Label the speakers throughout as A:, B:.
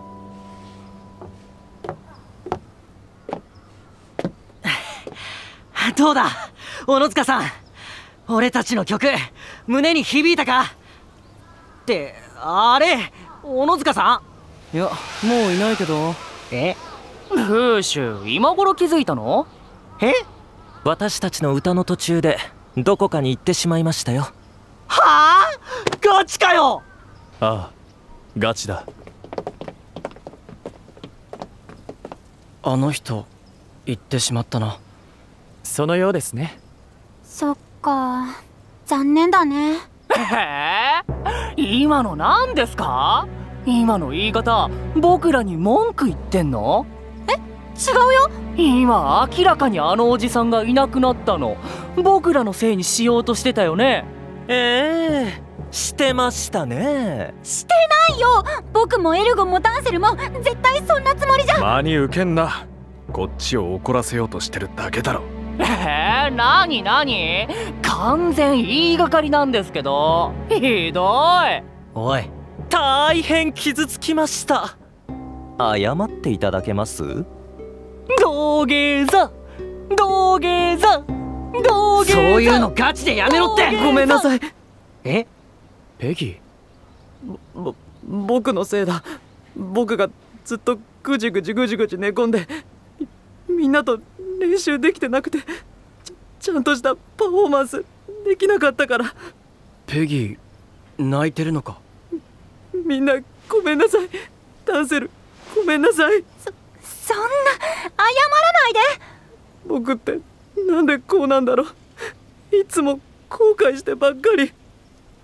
A: どうだ小野塚さん俺たちの曲胸に響いたかってあれ小野塚さ
B: いやもういないけど
A: んえ
C: フーシュ今頃気づいたの
A: え
B: 私たちの歌の途中でどこかに行ってしまいましたよ
A: はあガチかよ
D: ああガチだ
B: あの人行ってしまったな
D: そのようですね
E: そっか残念だね
C: へえ今の何ですか今の言い方僕らに文句言ってんの
E: 違うよ
C: 今明らかにあのおじさんがいなくなったの僕らのせいにしようとしてたよね
B: ええしてましたね
E: してないよ僕もエルゴもダンセルも絶対そんなつもりじゃ
D: 真に受けんなこっちを怒らせようとしてるだけだろ
C: えー、なになに完全言いがかりなんですけどひどい
B: おい大変傷つきました謝っていただけます
C: 土下座土下座土下座
A: そういうのガチでやめろって
C: ごめんなさい
A: え
D: ペギ
F: ぼ僕のせいだ僕がずっとぐじぐじぐじぐじ寝込んでみみんなと練習できてなくてちちゃんとしたパフォーマンスできなかったから
B: ペギー泣いてるのか
F: みんなごめんなさいダンセルごめんなさい
E: そんな謝らないで
F: 僕ってなんでこうなんだろういつも後悔してばっかり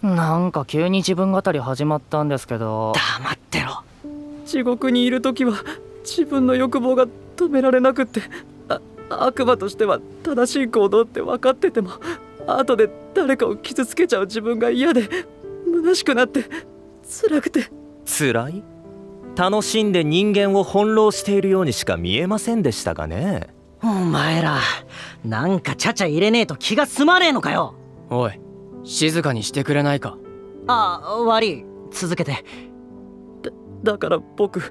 C: なんか急に自分語り始まったんですけど
A: 黙ってろ
F: 地獄にいる時は自分の欲望が止められなくってあ悪魔としては正しい行動って分かってても後で誰かを傷つけちゃう自分が嫌で虚しくなって辛くて
B: 辛い楽しんで人間を翻弄しているようにしか見えませんでしたがね
A: お前らなんかちゃちゃ入れねえと気が済まねえのかよ
G: おい静かにしてくれないか
A: あ悪い続けて
F: だから僕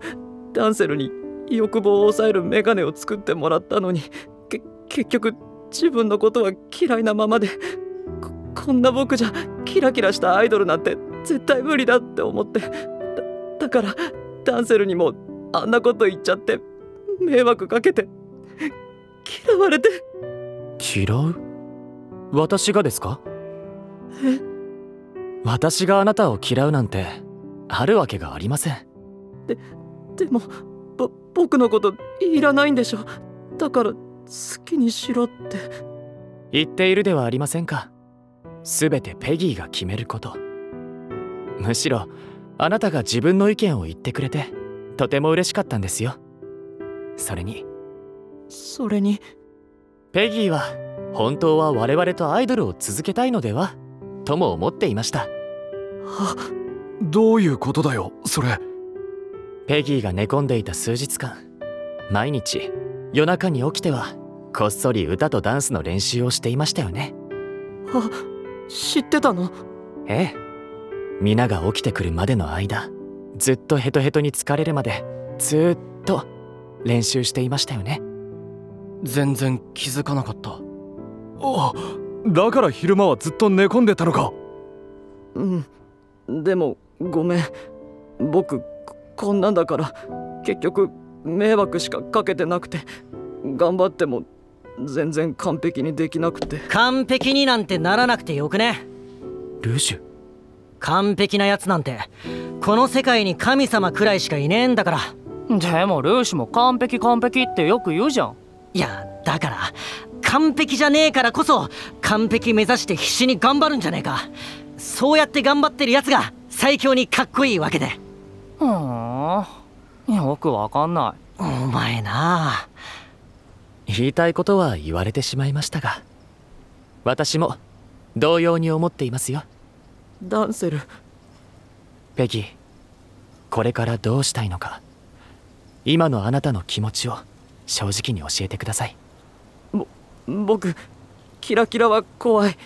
F: ダンセルに欲望を抑えるメガネを作ってもらったのにけ結局自分のことは嫌いなままでここんな僕じゃキラキラしたアイドルなんて絶対無理だって思ってだだからダンセルにもあんなこと言っちゃって迷惑かけて嫌われて
D: 嫌う私がですか
F: え
D: 私があなたを嫌うなんてあるわけがありません
F: でもぼ僕のこといらないんでしょだから好きにしろって
D: 言っているではありませんか全てペギーが決めることむしろあなたが自分の意見を言ってくれてとても嬉しかったんですよそれに
F: それに
D: ペギーは本当は我々とアイドルを続けたいのではとも思っていました
F: は
H: どういうことだよそれ
D: ペギーが寝込んでいた数日間毎日夜中に起きてはこっそり歌とダンスの練習をしていましたよね
F: あ知ってたの
D: ええ皆が起きてくるまでの間ずっとヘトヘトに疲れるまでずーっと練習していましたよね
G: 全然気づかなかった
H: あだから昼間はずっと寝込んでたのか
F: うんでもごめん僕ここんなんだから結局迷惑しかかけてなくて頑張っても全然完璧にできなくて
A: 完璧になんてならなくてよくね
D: ルーシュ
A: 完璧なやつなんてこの世界に神様くらいしかいねえんだから
C: でもルーシュも完璧完璧ってよく言うじゃん
A: いやだから完璧じゃねえからこそ完璧目指して必死に頑張るんじゃねえかそうやって頑張ってるやつが最強にかっこいいわけで
C: ふーんよくわかんない
A: お前なあ
D: 言いたいことは言われてしまいましたが私も同様に思っていますよ
F: ダンセル
D: ペギーこれからどうしたいのか今のあなたの気持ちを正直に教えてください
F: 僕キラキラは怖い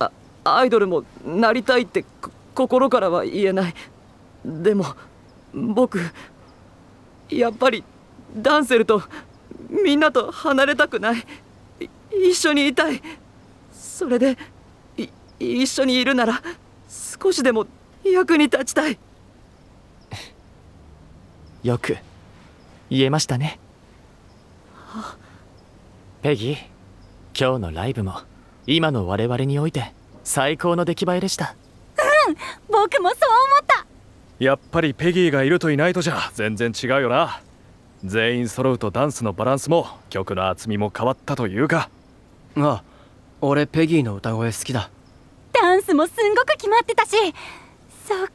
F: あアイドルもなりたいってこ心からは言えないでも僕やっぱりダンセルとみんなと離れたくないい一緒にいたいそれでい一緒にいるなら少しでも役に立ちたい
D: よく言えましたねペギー今日のライブも今の我々において最高の出来栄えでした
E: 僕もそう思った
H: やっぱりペギーがいるといないとじゃ全然違うよな全員揃うとダンスのバランスも曲の厚みも変わったというか
G: あ俺ペギーの歌声好きだ
E: ダンスもすんごく決まってたしそっか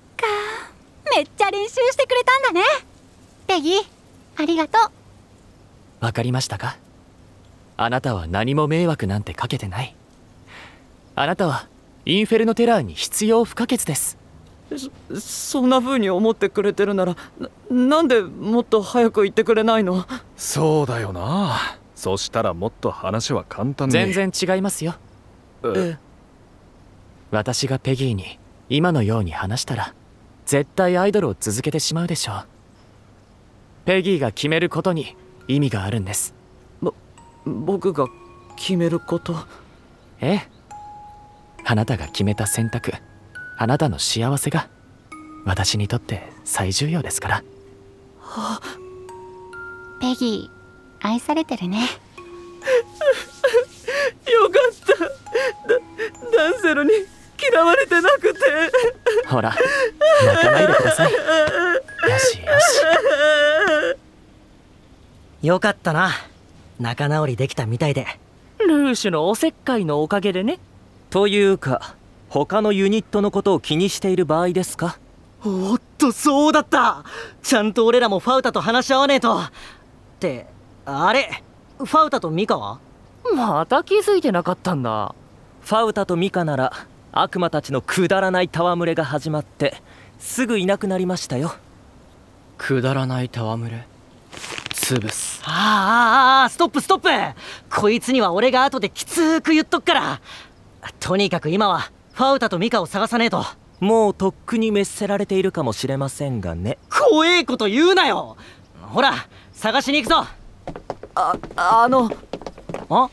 E: めっちゃ練習してくれたんだねペギーありがとう
D: わかりましたかあなたは何も迷惑なんてかけてないあなたはインフェルノテラーに必要不可欠です
F: そそんな風に思ってくれてるならななんでもっと早く言ってくれないの
H: そうだよなそしたらもっと話は簡単に
D: 全然違いますよ
H: え
D: 私がペギーに今のように話したら絶対アイドルを続けてしまうでしょうペギーが決めることに意味があるんです
F: 僕が決めること
D: ええあなたが決めた選択あなたの幸せが私にとって最重要ですから
E: ペギー愛されてるね
F: よかったダダンセルに嫌われてなくて
D: ほら泣かないでくださいよしよし
A: よかったな仲直りできたみたいで
C: ルーシュのおせっかいのおかげでね
B: というか他のユニットのことを気にしている場合ですか
A: おっとそうだったちゃんと俺らもファウタと話し合わねえとってあれファウタとミカは
C: また気づいてなかったんだ
B: ファウタとミカなら悪魔たちのくだらない戯れが始まってすぐいなくなりましたよ
G: くだらない戯れ潰す
A: ああああストップストップこいつには俺が後できつーく言っとくからとにかく今はファウタとミカを探さねえと
B: もうとっくに滅せられているかもしれませんがね
A: 怖えこと言うなよほら探しに行くぞ
F: ああのフ
A: あ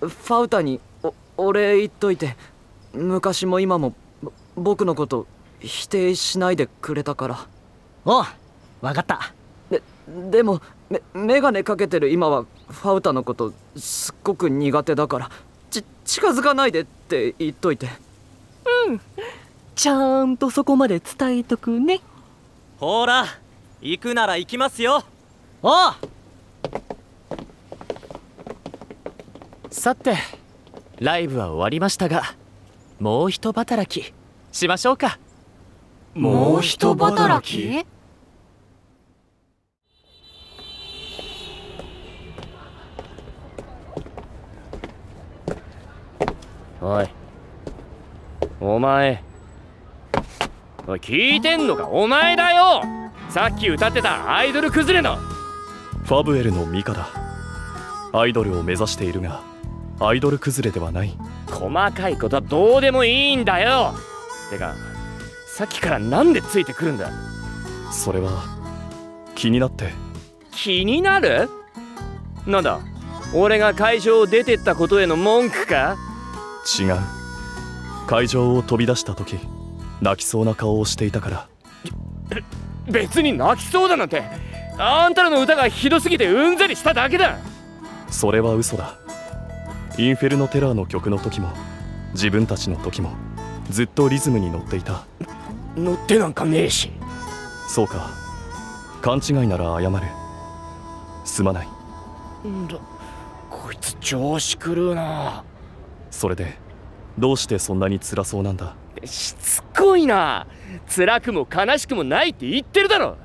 F: ァウタにおお礼言っといて昔も今もぼ僕のこと否定しないでくれたから
A: おう分かった
F: ででもめ眼鏡かけてる今はファウタのことすっごく苦手だからち近づかないでって言っといて
C: ちゃんとそこまで伝えとくね
B: ほら行くなら行きますよ
A: おう
D: さてライブは終わりましたがもう一働きしましょうか
E: もう一働き
I: おいお前おい聞いてんのかお前だよさっき歌ってたアイドル崩れの
H: ファブエルのミカだアイドルを目指しているがアイドル崩れではない
I: 細かいことはどうでもいいんだよてかさっきからなんでついてくるんだ
H: それは気になって
I: 気になるなんだ俺が会場を出てったことへの文句か
H: 違う会場を飛び出した時泣きそうな顔をしていたから
I: 別に泣きそうだなんてあんたらの歌がひどすぎてうんざりしただけだ
H: それは嘘だインフェルノテラーの曲の時も自分たちの時もずっとリズムに乗っていた
I: 乗ってなんかねえし
H: そうか勘違いなら謝るすまない
I: んだこいつ調子狂うな
H: それでどうしてそんなに辛そうなんだ
I: しつこいな辛くも悲しくもないって言ってるだろ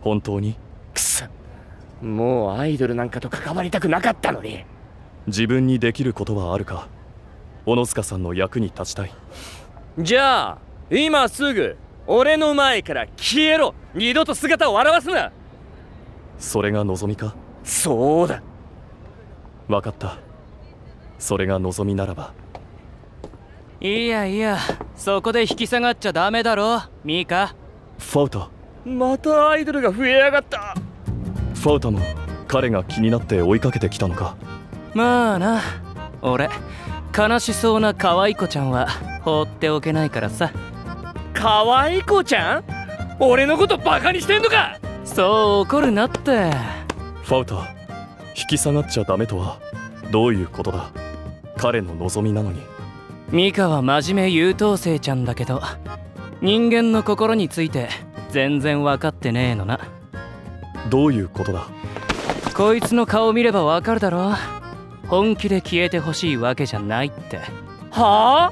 H: 本当に
I: くそもうアイドルなんかと関わりたくなかったのに
H: 自分にできることはあるか小野塚さんの役に立ちたい
I: じゃあ今すぐ俺の前から消えろ二度と姿を現すな
H: それが望みか
I: そうだ
H: 分かったそれが望みならば
C: いやいやそこで引き下がっちゃダメだろミカ
H: ファウタ
I: またアイドルが増えやがった
H: ファウタも彼が気になって追いかけてきたのか
C: まあな俺悲しそうな可愛い子ちゃんは放っておけないからさ
I: 可愛い子ちゃん俺のことバカにしてんのか
C: そう怒るなって
J: ファウター引き下がっちゃダメとはどういうことだ彼の望みなのに
C: ミカは真面目優等生ちゃんだけど人間の心について全然分かってねえのな
J: どういうことだ
C: こいつの顔見ればわかるだろ本気で消えてほしいわけじゃないって
I: はあ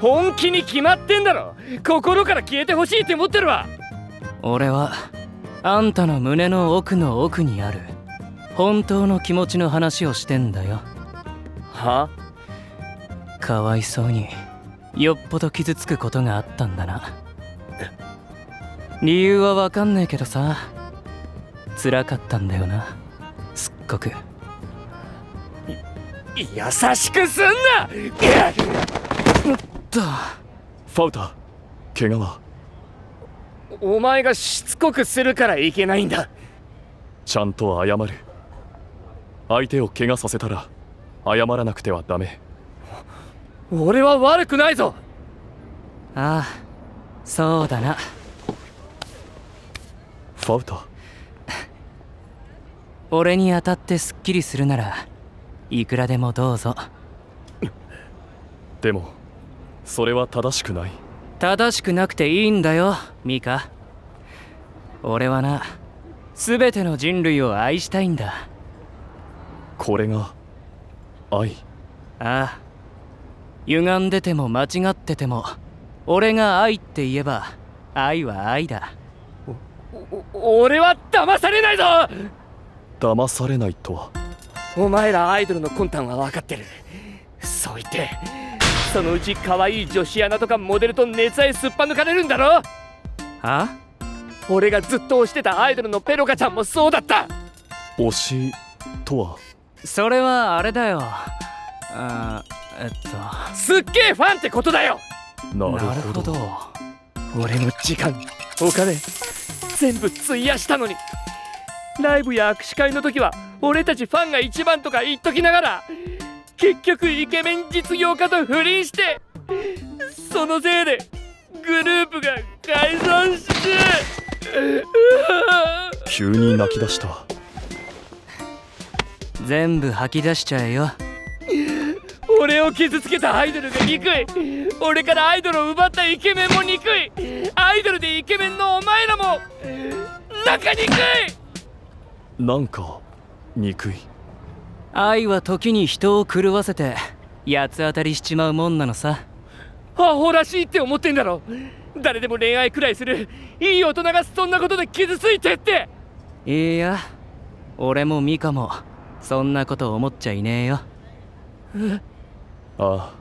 I: 本気に決まってんだろ心から消えてほしいって思ってるわ
C: 俺はあんたの胸の奥の奥にある本当の気持ちの話をしてんだよ
I: は
C: かわいそうによっぽど傷つくことがあったんだな理由はわかんねえけどさ辛かったんだよなすっごく
I: 優しくすんなう
C: っと
J: ファウター怪我は
I: お前がしつこくするからいけないんだ
J: ちゃんと謝る相手を怪我させたら謝らなくてはダメ
I: 俺は悪くないぞ
C: ああそうだな
J: ファウター
C: 俺に当たってすっきりするならいくらでもどうぞ
J: でもそれは正しくない
C: 正しくなくていいんだよミカ俺はな全ての人類を愛したいんだ
J: これが愛
C: ああ歪んでても間違ってても俺が愛って言えば愛は愛だ
I: 俺は騙されないぞ
J: 騙されないとは
I: お前らアイドルの魂胆は分かってるそう言ってそのうち可愛い女子アナとかモデルと熱愛すっぱ抜かれるんだろ
C: あ
I: 俺がずっと推してたアイドルのペロカちゃんもそうだった
J: 推しとは
C: それはあれだよあえっ
I: とすっげえファンってことだよ
J: なるほど
I: 俺の時間お金全部費やしたのにライブや握手会の時は俺たちファンが一番とか言っときながら結局イケメン実業家と不倫してそのせいでグループが解散して
J: 急に泣き出した
C: 全部吐き出しちゃえよ
I: 俺を傷つけたアイドルが憎い俺からアイドルを奪ったイケメンも憎いアイドルでイケメンのお前らも仲憎
J: いなんか憎い
C: 愛は時に人を狂わせて八つ当たりしちまうもんなのさ
I: アホらしいって思ってんだろ誰でも恋愛くらいするいい大人がそんなことで傷ついてって
C: いや俺もミカもそんなこと思っちゃいねえよ
J: えああ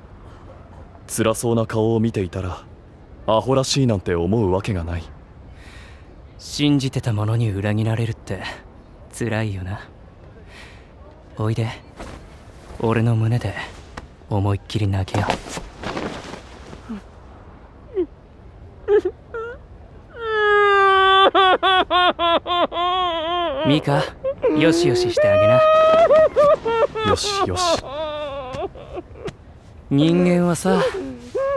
J: 辛そうな顔を見ていたらアホらしいなんて思うわけがない
C: 信じてたものに裏切られるって辛いよなおいで俺の胸で思いっきり泣けよミカよしよししてあげ
J: なよしよし
C: 人間はさ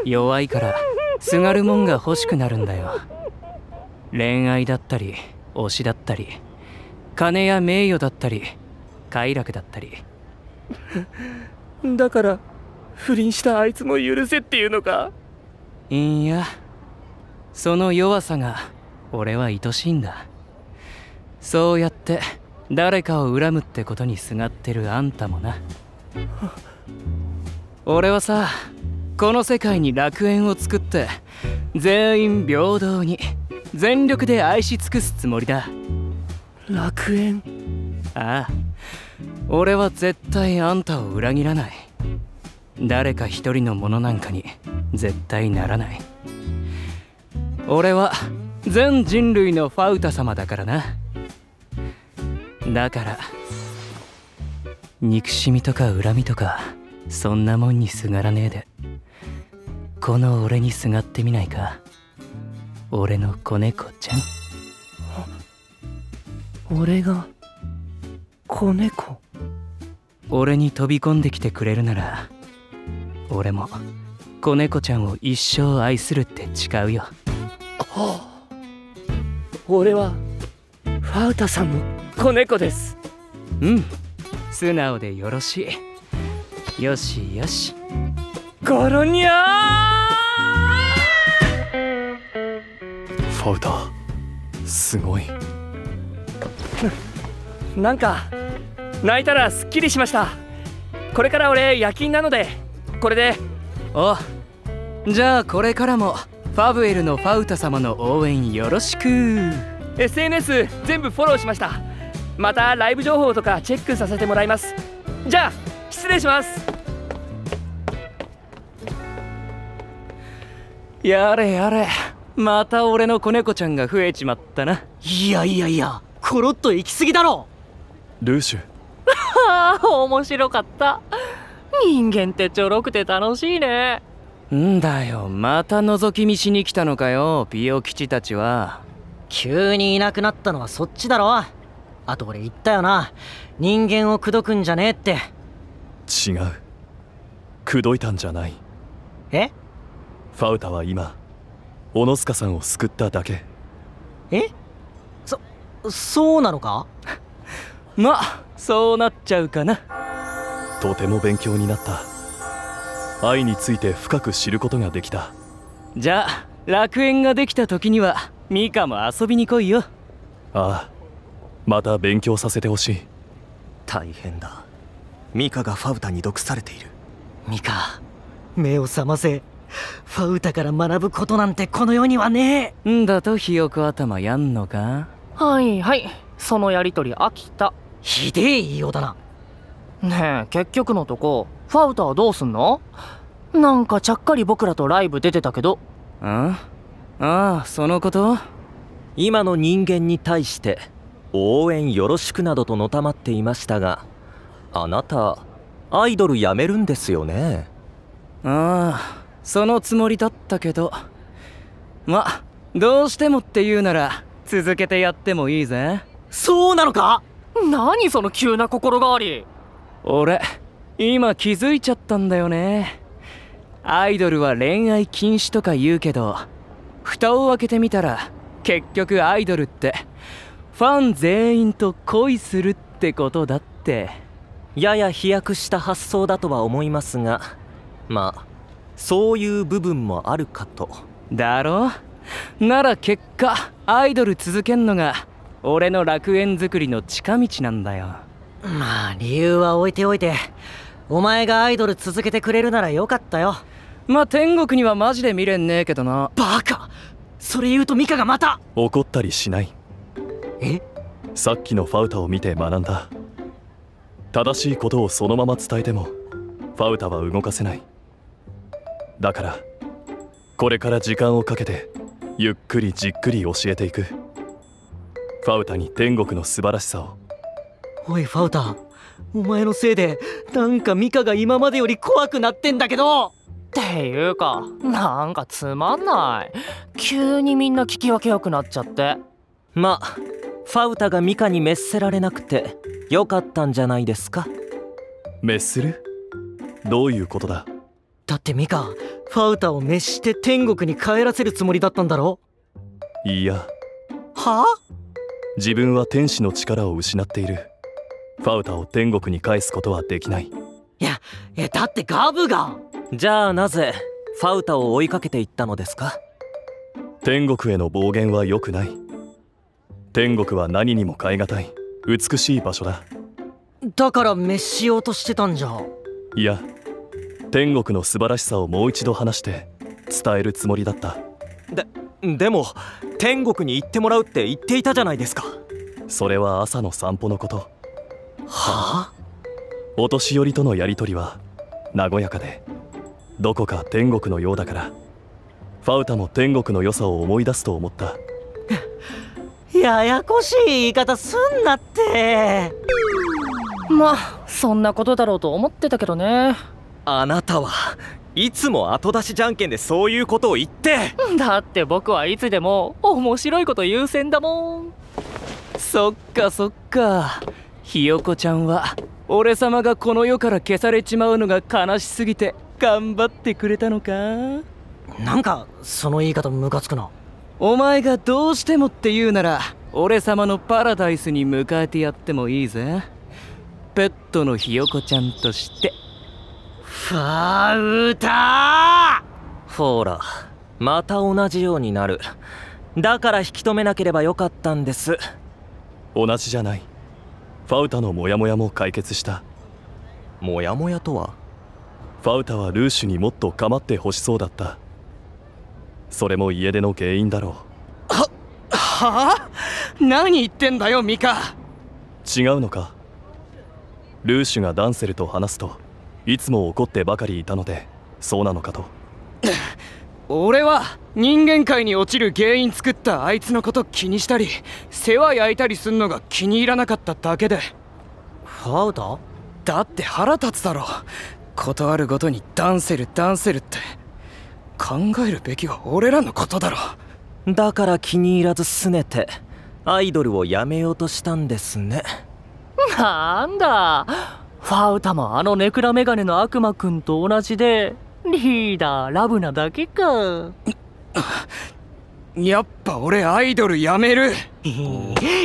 C: 弱いからすがるもんが欲しくなるんだよ恋愛だったり推しだったり金や名誉だったり快楽だったり
I: だから不倫したあいつも許せっていうのか
C: いやその弱さが俺は愛しいんだそうやって誰かを恨むってことにすがってるあんたもな俺はさこの世界に楽園を作って全員平等に全力で愛し尽くすつもりだ
I: 楽園
C: ああ俺は絶対あんたを裏切らない誰か一人のものなんかに絶対ならない俺は全人類のファウタ様だからなだから憎しみとか恨みとかそんなもんにすがらねえでこの俺にすがってみないか俺の子猫ちゃん
F: 俺が子猫
C: 俺に飛び込んできてくれるなら俺も子猫ちゃんを一生愛するって誓うよ
I: あ俺はファウタさんの子猫です
C: うん素直でよろしいよしよし
I: ゴロニャ
J: ファウタすごい
I: なんか泣いたらすっきりしましたこれから俺夜勤なのでこれで
C: おじゃあこれからもファブエルのファウタ様の応援よろしく
I: SNS 全部フォローしましたまたライブ情報とかチェックさせてもらいますじゃあ失礼します
C: やれやれまた俺の子猫ちゃんが増えちまったない
A: やいやいやコロッと行き過ぎだろ
J: ルーシュ
K: 面白かった人間ってちょろくて楽しいね
C: んだよまた覗き見しに来たのかよピオ吉たちは
A: 急にいなくなったのはそっちだろあと俺言ったよな人間を口説くんじゃねえって
J: 違う口説いたんじゃない
A: え
J: ファウタは今小野塚さんを救っただけ
A: えそそうなのか
C: まあそうなっちゃうかな
J: とても勉強になった愛について深く知ることができた
C: じゃあ楽園ができた時にはミカも遊びに来いよ
J: ああまた勉強させてほしい
G: 大変だミカがファウタに毒されている
A: ミカ目を覚ませファウタから学ぶことなんてこの世にはね
C: えんだとひよこ頭やんのか
K: はいはいそのやりとり飽きた
A: ひでえ言いようだな
K: ねえ結局のとこファウタはどうすんのなんかちゃっかり僕らとライブ出てたけど
C: あああそのこと
B: 今の人間に対して応援よろしくなどとのたまっていましたがあなたアイドルやめるんですよね
C: ああそのつもりだったけどまどうしてもって言うなら続けてやってもいいぜ
A: そうなのか
K: 何その急な心変わり
C: 俺今気づいちゃったんだよねアイドルは恋愛禁止とか言うけど蓋を開けてみたら結局アイドルってファン全員と恋するってことだって
B: やや飛躍した発想だとは思いますがまあそういう部分もあるかと
C: だろなら結果アイドル続けんのが俺の楽園作りの近道なんだよ
A: まあ理由は置いておいてお前がアイドル続けてくれるならよかったよ
C: まあ天国にはマジで見れんねえけどな
A: バカそれ言うとミカがまた
J: 怒ったりしない
A: え
J: さっきのファウタを見て学んだ正しいことをそのまま伝えてもファウタは動かせないだからこれから時間をかけてゆっくりじっくり教えていくファウタに天国の素晴らしさを
A: おいファウタお前のせいでなんかミカが今までより怖くなってんだけど
K: っていうかなんかつまんない急にみんな聞き分けよくなっちゃって
B: まあファウタがミカに滅せられなくてよかったんじゃないですか
J: 滅するどういうことだ
A: だってミカファウタを滅して天国に帰らせるつもりだったんだろ
J: いや
A: はあ
J: 自分は天使の力を失っているファウタを天国に返すことはできない
A: いやいやだってガブが
B: じゃあなぜファウタを追いかけていったのですか
J: 天国への暴言は良くない天国は何にも代え難い美しい場所だ
A: だから滅しようとしてたんじゃ
J: いや天国の素晴らしさをもう一度話して伝えるつもりだった
B: ででも天国に行ってもらうって言っていたじゃないですか
J: それは朝の散歩のこと
A: はあ
J: お年寄りとのやり取りは和やかでどこか天国のようだからファウタも天国の良さを思い出すと思った
A: ややこしい言い方すんなって
K: まあそんなことだろうと思ってたけどね
B: あなたはいつも後出しじゃんけんでそういうことを言って
K: だって僕はいつでも面白いこと優先だもん
C: そっかそっかひよこちゃんは俺様がこの世から消されちまうのが悲しすぎて頑張ってくれたのか
A: なんかその言い方ムカつくな
C: お前がどうしてもって言うなら俺様のパラダイスに迎えてやってもいいぜペットのひよこちゃんとして
A: ふあ歌
B: ほらまた同じようになるだから引き止めなければよかったんです
J: 同じじゃないファウタのモヤモヤも解決した
B: モヤモヤとは
J: ファウタはルーシュにもっと構ってほしそうだったそれも家出の原因だろ
C: うははあ何言ってんだよミカ
J: 違うのかルーシュがダンセルと話すといつも怒ってばかりいたのでそうなのかと
C: 俺は人間界に落ちる原因作ったあいつのこと気にしたり世話焼いたりすんのが気に入らなかっただけで
A: ファウタ
C: だって腹立つだろ断るごとにダンセルダンセルって考えるべきは俺らのことだろ
B: だから気に入らず拗ねてアイドルをやめようとしたんですね
K: なんだファウタもあのネクラメガネの悪魔くんと同じでリーダーラブなだけか
C: やっぱ俺アイドルやめる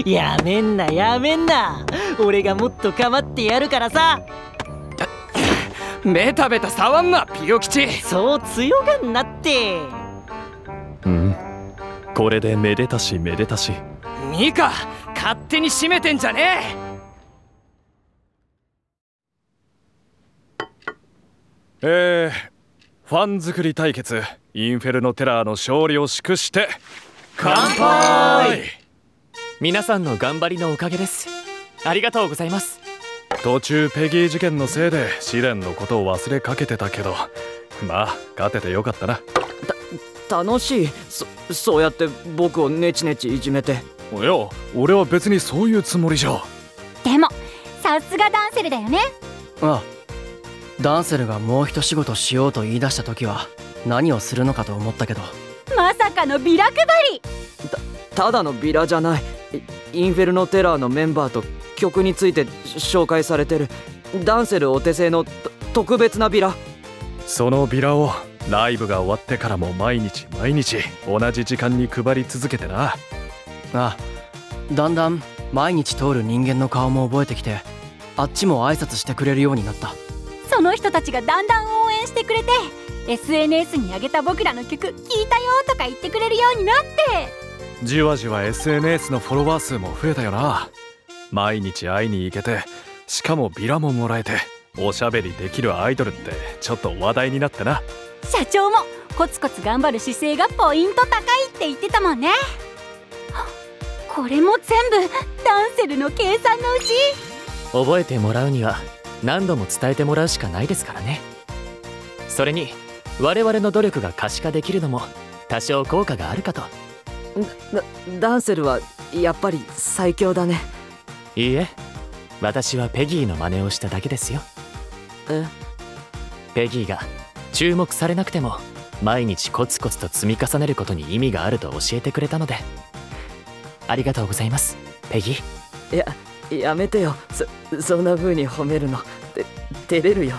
A: やめんなやめんな俺がもっと構ってやるからさ
C: ベタベタ触んなピヨ吉
A: そう強がんなって
J: うんこれでめでたしめでたし
C: ミカ勝手に閉めてんじゃね
H: ええー、ファン作り対決インフェルノテラーの勝利を祝して
D: 乾杯皆さんの頑張りのおかげですありがとうございます
H: 途中ペギー事件のせいで試練のことを忘れかけてたけどまあ勝ててよかったな
F: た楽しいそそうやって僕をネチネチいじめてい
H: や俺は別にそういうつもりじゃ
E: でもさすがダンセルだよね
G: ああダンセルがもう一仕事しようと言い出した時は何をするのかと思ったけど
E: まさかのビラ配り
F: ただのビラじゃないインフェルノテラーのメンバーと曲について紹介されてるダンセルお手製の特別なビラ
H: そのビラをライブが終わってからも毎日毎日同じ時間に配り続けてな
G: ああだんだん毎日通る人間の顔も覚えてきてあっちも挨拶してくれるようになった
E: その人たちがだんだん応援してくれて SNS に上げた僕らの曲聴いたよとか言ってくれるようになって
H: じわじわ SNS のフォロワー数も増えたよな毎日会いに行けてしかもビラももらえておしゃべりできるアイドルってちょっと話題になってな
E: 社長もコツコツ頑張る姿勢がポイント高いって言ってたもんねこれも全部ダンセルの計算のうち
D: 覚えてもらうには何度も伝えてもらうしかないですからねそれに我々の努力が可視化できるのも多少効果があるかと
F: ダンセルはやっぱり最強だね
D: いいえ私はペギーの真似をしただけですよ
F: え
D: ペギーが注目されなくても毎日コツコツと積み重ねることに意味があると教えてくれたのでありがとうございますペギ
F: ーややめてよそそんな風に褒めるのて照れるよ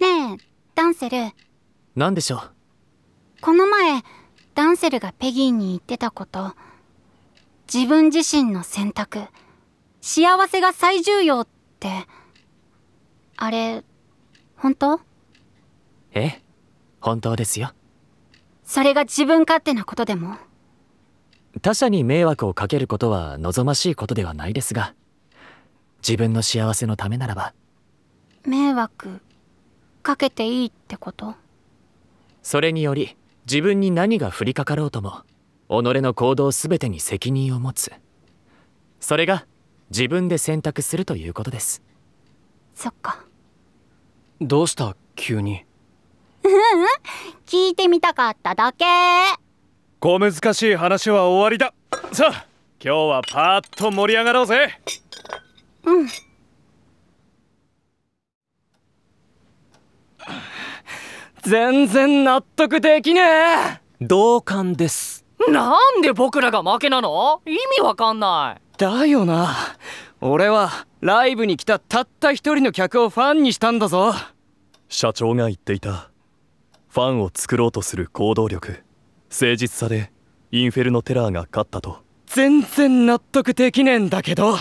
E: ねえダンセル
D: 何でしょう
E: この前ダンセルがペギーに言ってたこと自分自身の選択幸せが最重要ってあれ本当
D: ええ本当ですよ
E: それが自分勝手なことでも
D: 他者に迷惑をかけることは望ましいことではないですが自分の幸せのためならば
E: 迷惑かけていいってこと
D: それにより自分に何が降りかかろうとも己の行動全てに責任を持つそれが自分で選択するということです
E: そっか
G: どうした急に
E: ううん聞いてみたかっただけ
H: 小難しい話は終わりださあ今日はパーッと盛り上がろうぜ
E: うん
C: 全然納得できねえ
B: 同感です
K: なんで僕らが負けなの意味わかんない
C: だよな俺はライブに来たたった一人の客をファンにしたんだぞ
J: 社長が言っていたファンを作ろうとする行動力誠実さでインフェルノ・テラーが勝ったと
C: 全然納得できねえんだけど
K: う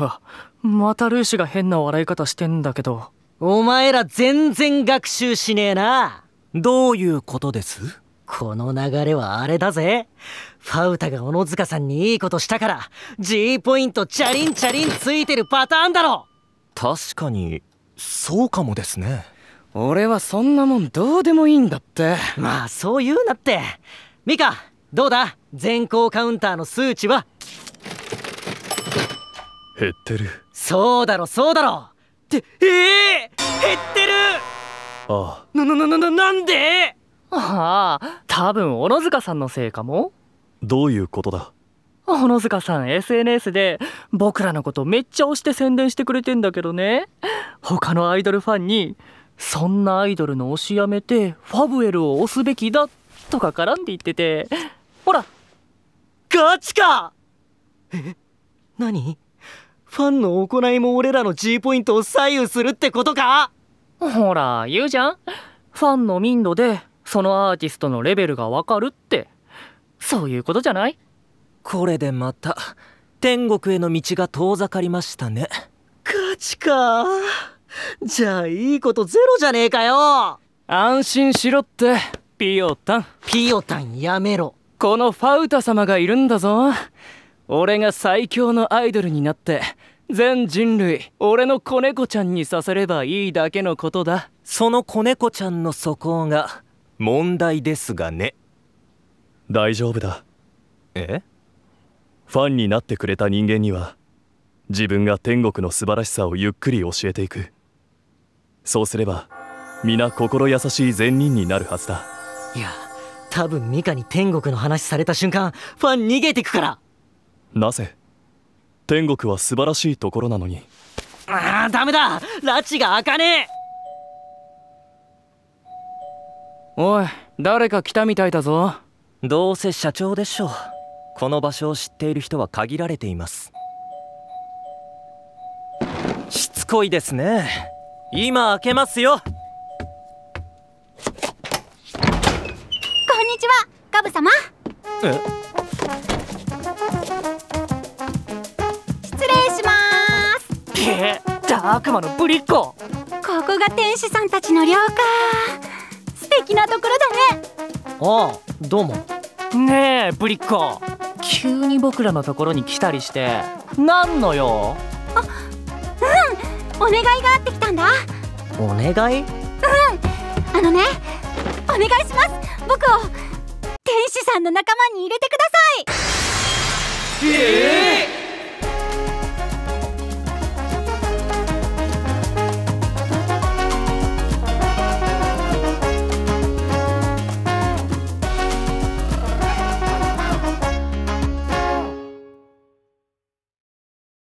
K: わまたルーシが変な笑い方してんだけど
A: お前ら全然学習しねえな
B: どういうことです
A: この流れはあれだぜファウタが小野塚さんにいいことしたから G ポイントチャリンチャリンついてるパターンだろ
B: 確かにそうかもですね
C: 俺はそんなもんどうでもいいんだって
A: まあそう言うなってミカどうだ全校カウンターの数値は
J: 減ってる
A: そうだろそうだろってええー、減ってる
J: あ
A: あなななななんで
K: ああ多分小野塚さんのせいかも
J: どういうことだ
K: 小野塚さん SNS で僕らのことめっちゃ推して宣伝してくれてんだけどね他のアイドルファンに「そんなアイドルの推しやめてファブエルを推すべきだ」とか絡んで言っててほら
A: ガチかえ何ファンの行いも俺らの G ポイントを左右するってことか
K: ほら言うじゃんファンの民度でそのアーティストのレベルがわかるってそういうことじゃない
B: これでまた天国への道が遠ざかりましたね
A: ガチかじゃあいいことゼロじゃねえかよ
C: 安心しろってピオタン
A: ピオタンやめろ
C: このファウタ様がいるんだぞ俺が最強のアイドルになって全人類俺の子猫ちゃんに刺さればいいだけのことだ
B: その子猫ちゃんの素行が問題ですがね
J: 大丈夫だ
B: え
J: ファンになってくれた人間には自分が天国の素晴らしさをゆっくり教えていくそうすれば皆心優しい善人になるはずだ
A: いや多分ミカに天国の話された瞬間ファン逃げてくから
J: なぜ天国は素晴らしいところなのに
A: ああダメだ拉致が開かねえ
C: おい誰か来たみたいだぞ
B: どうせ社長でしょうこの場所を知っている人は限られていますしつこいですね今開けますよこん
E: にちはガブ様
B: え
E: 失礼します
K: けだ悪魔のぶりっ子こ
E: こが天使さんたちの寮か素敵なところだね
A: ああどうも
K: ねえぶりっ子急に僕らのところに来たりしてなんのよ
E: あうんお願いがあってきたんだ
A: お願いうん
E: あのねお願いします僕を天使さんの仲間に入れてください
I: ええー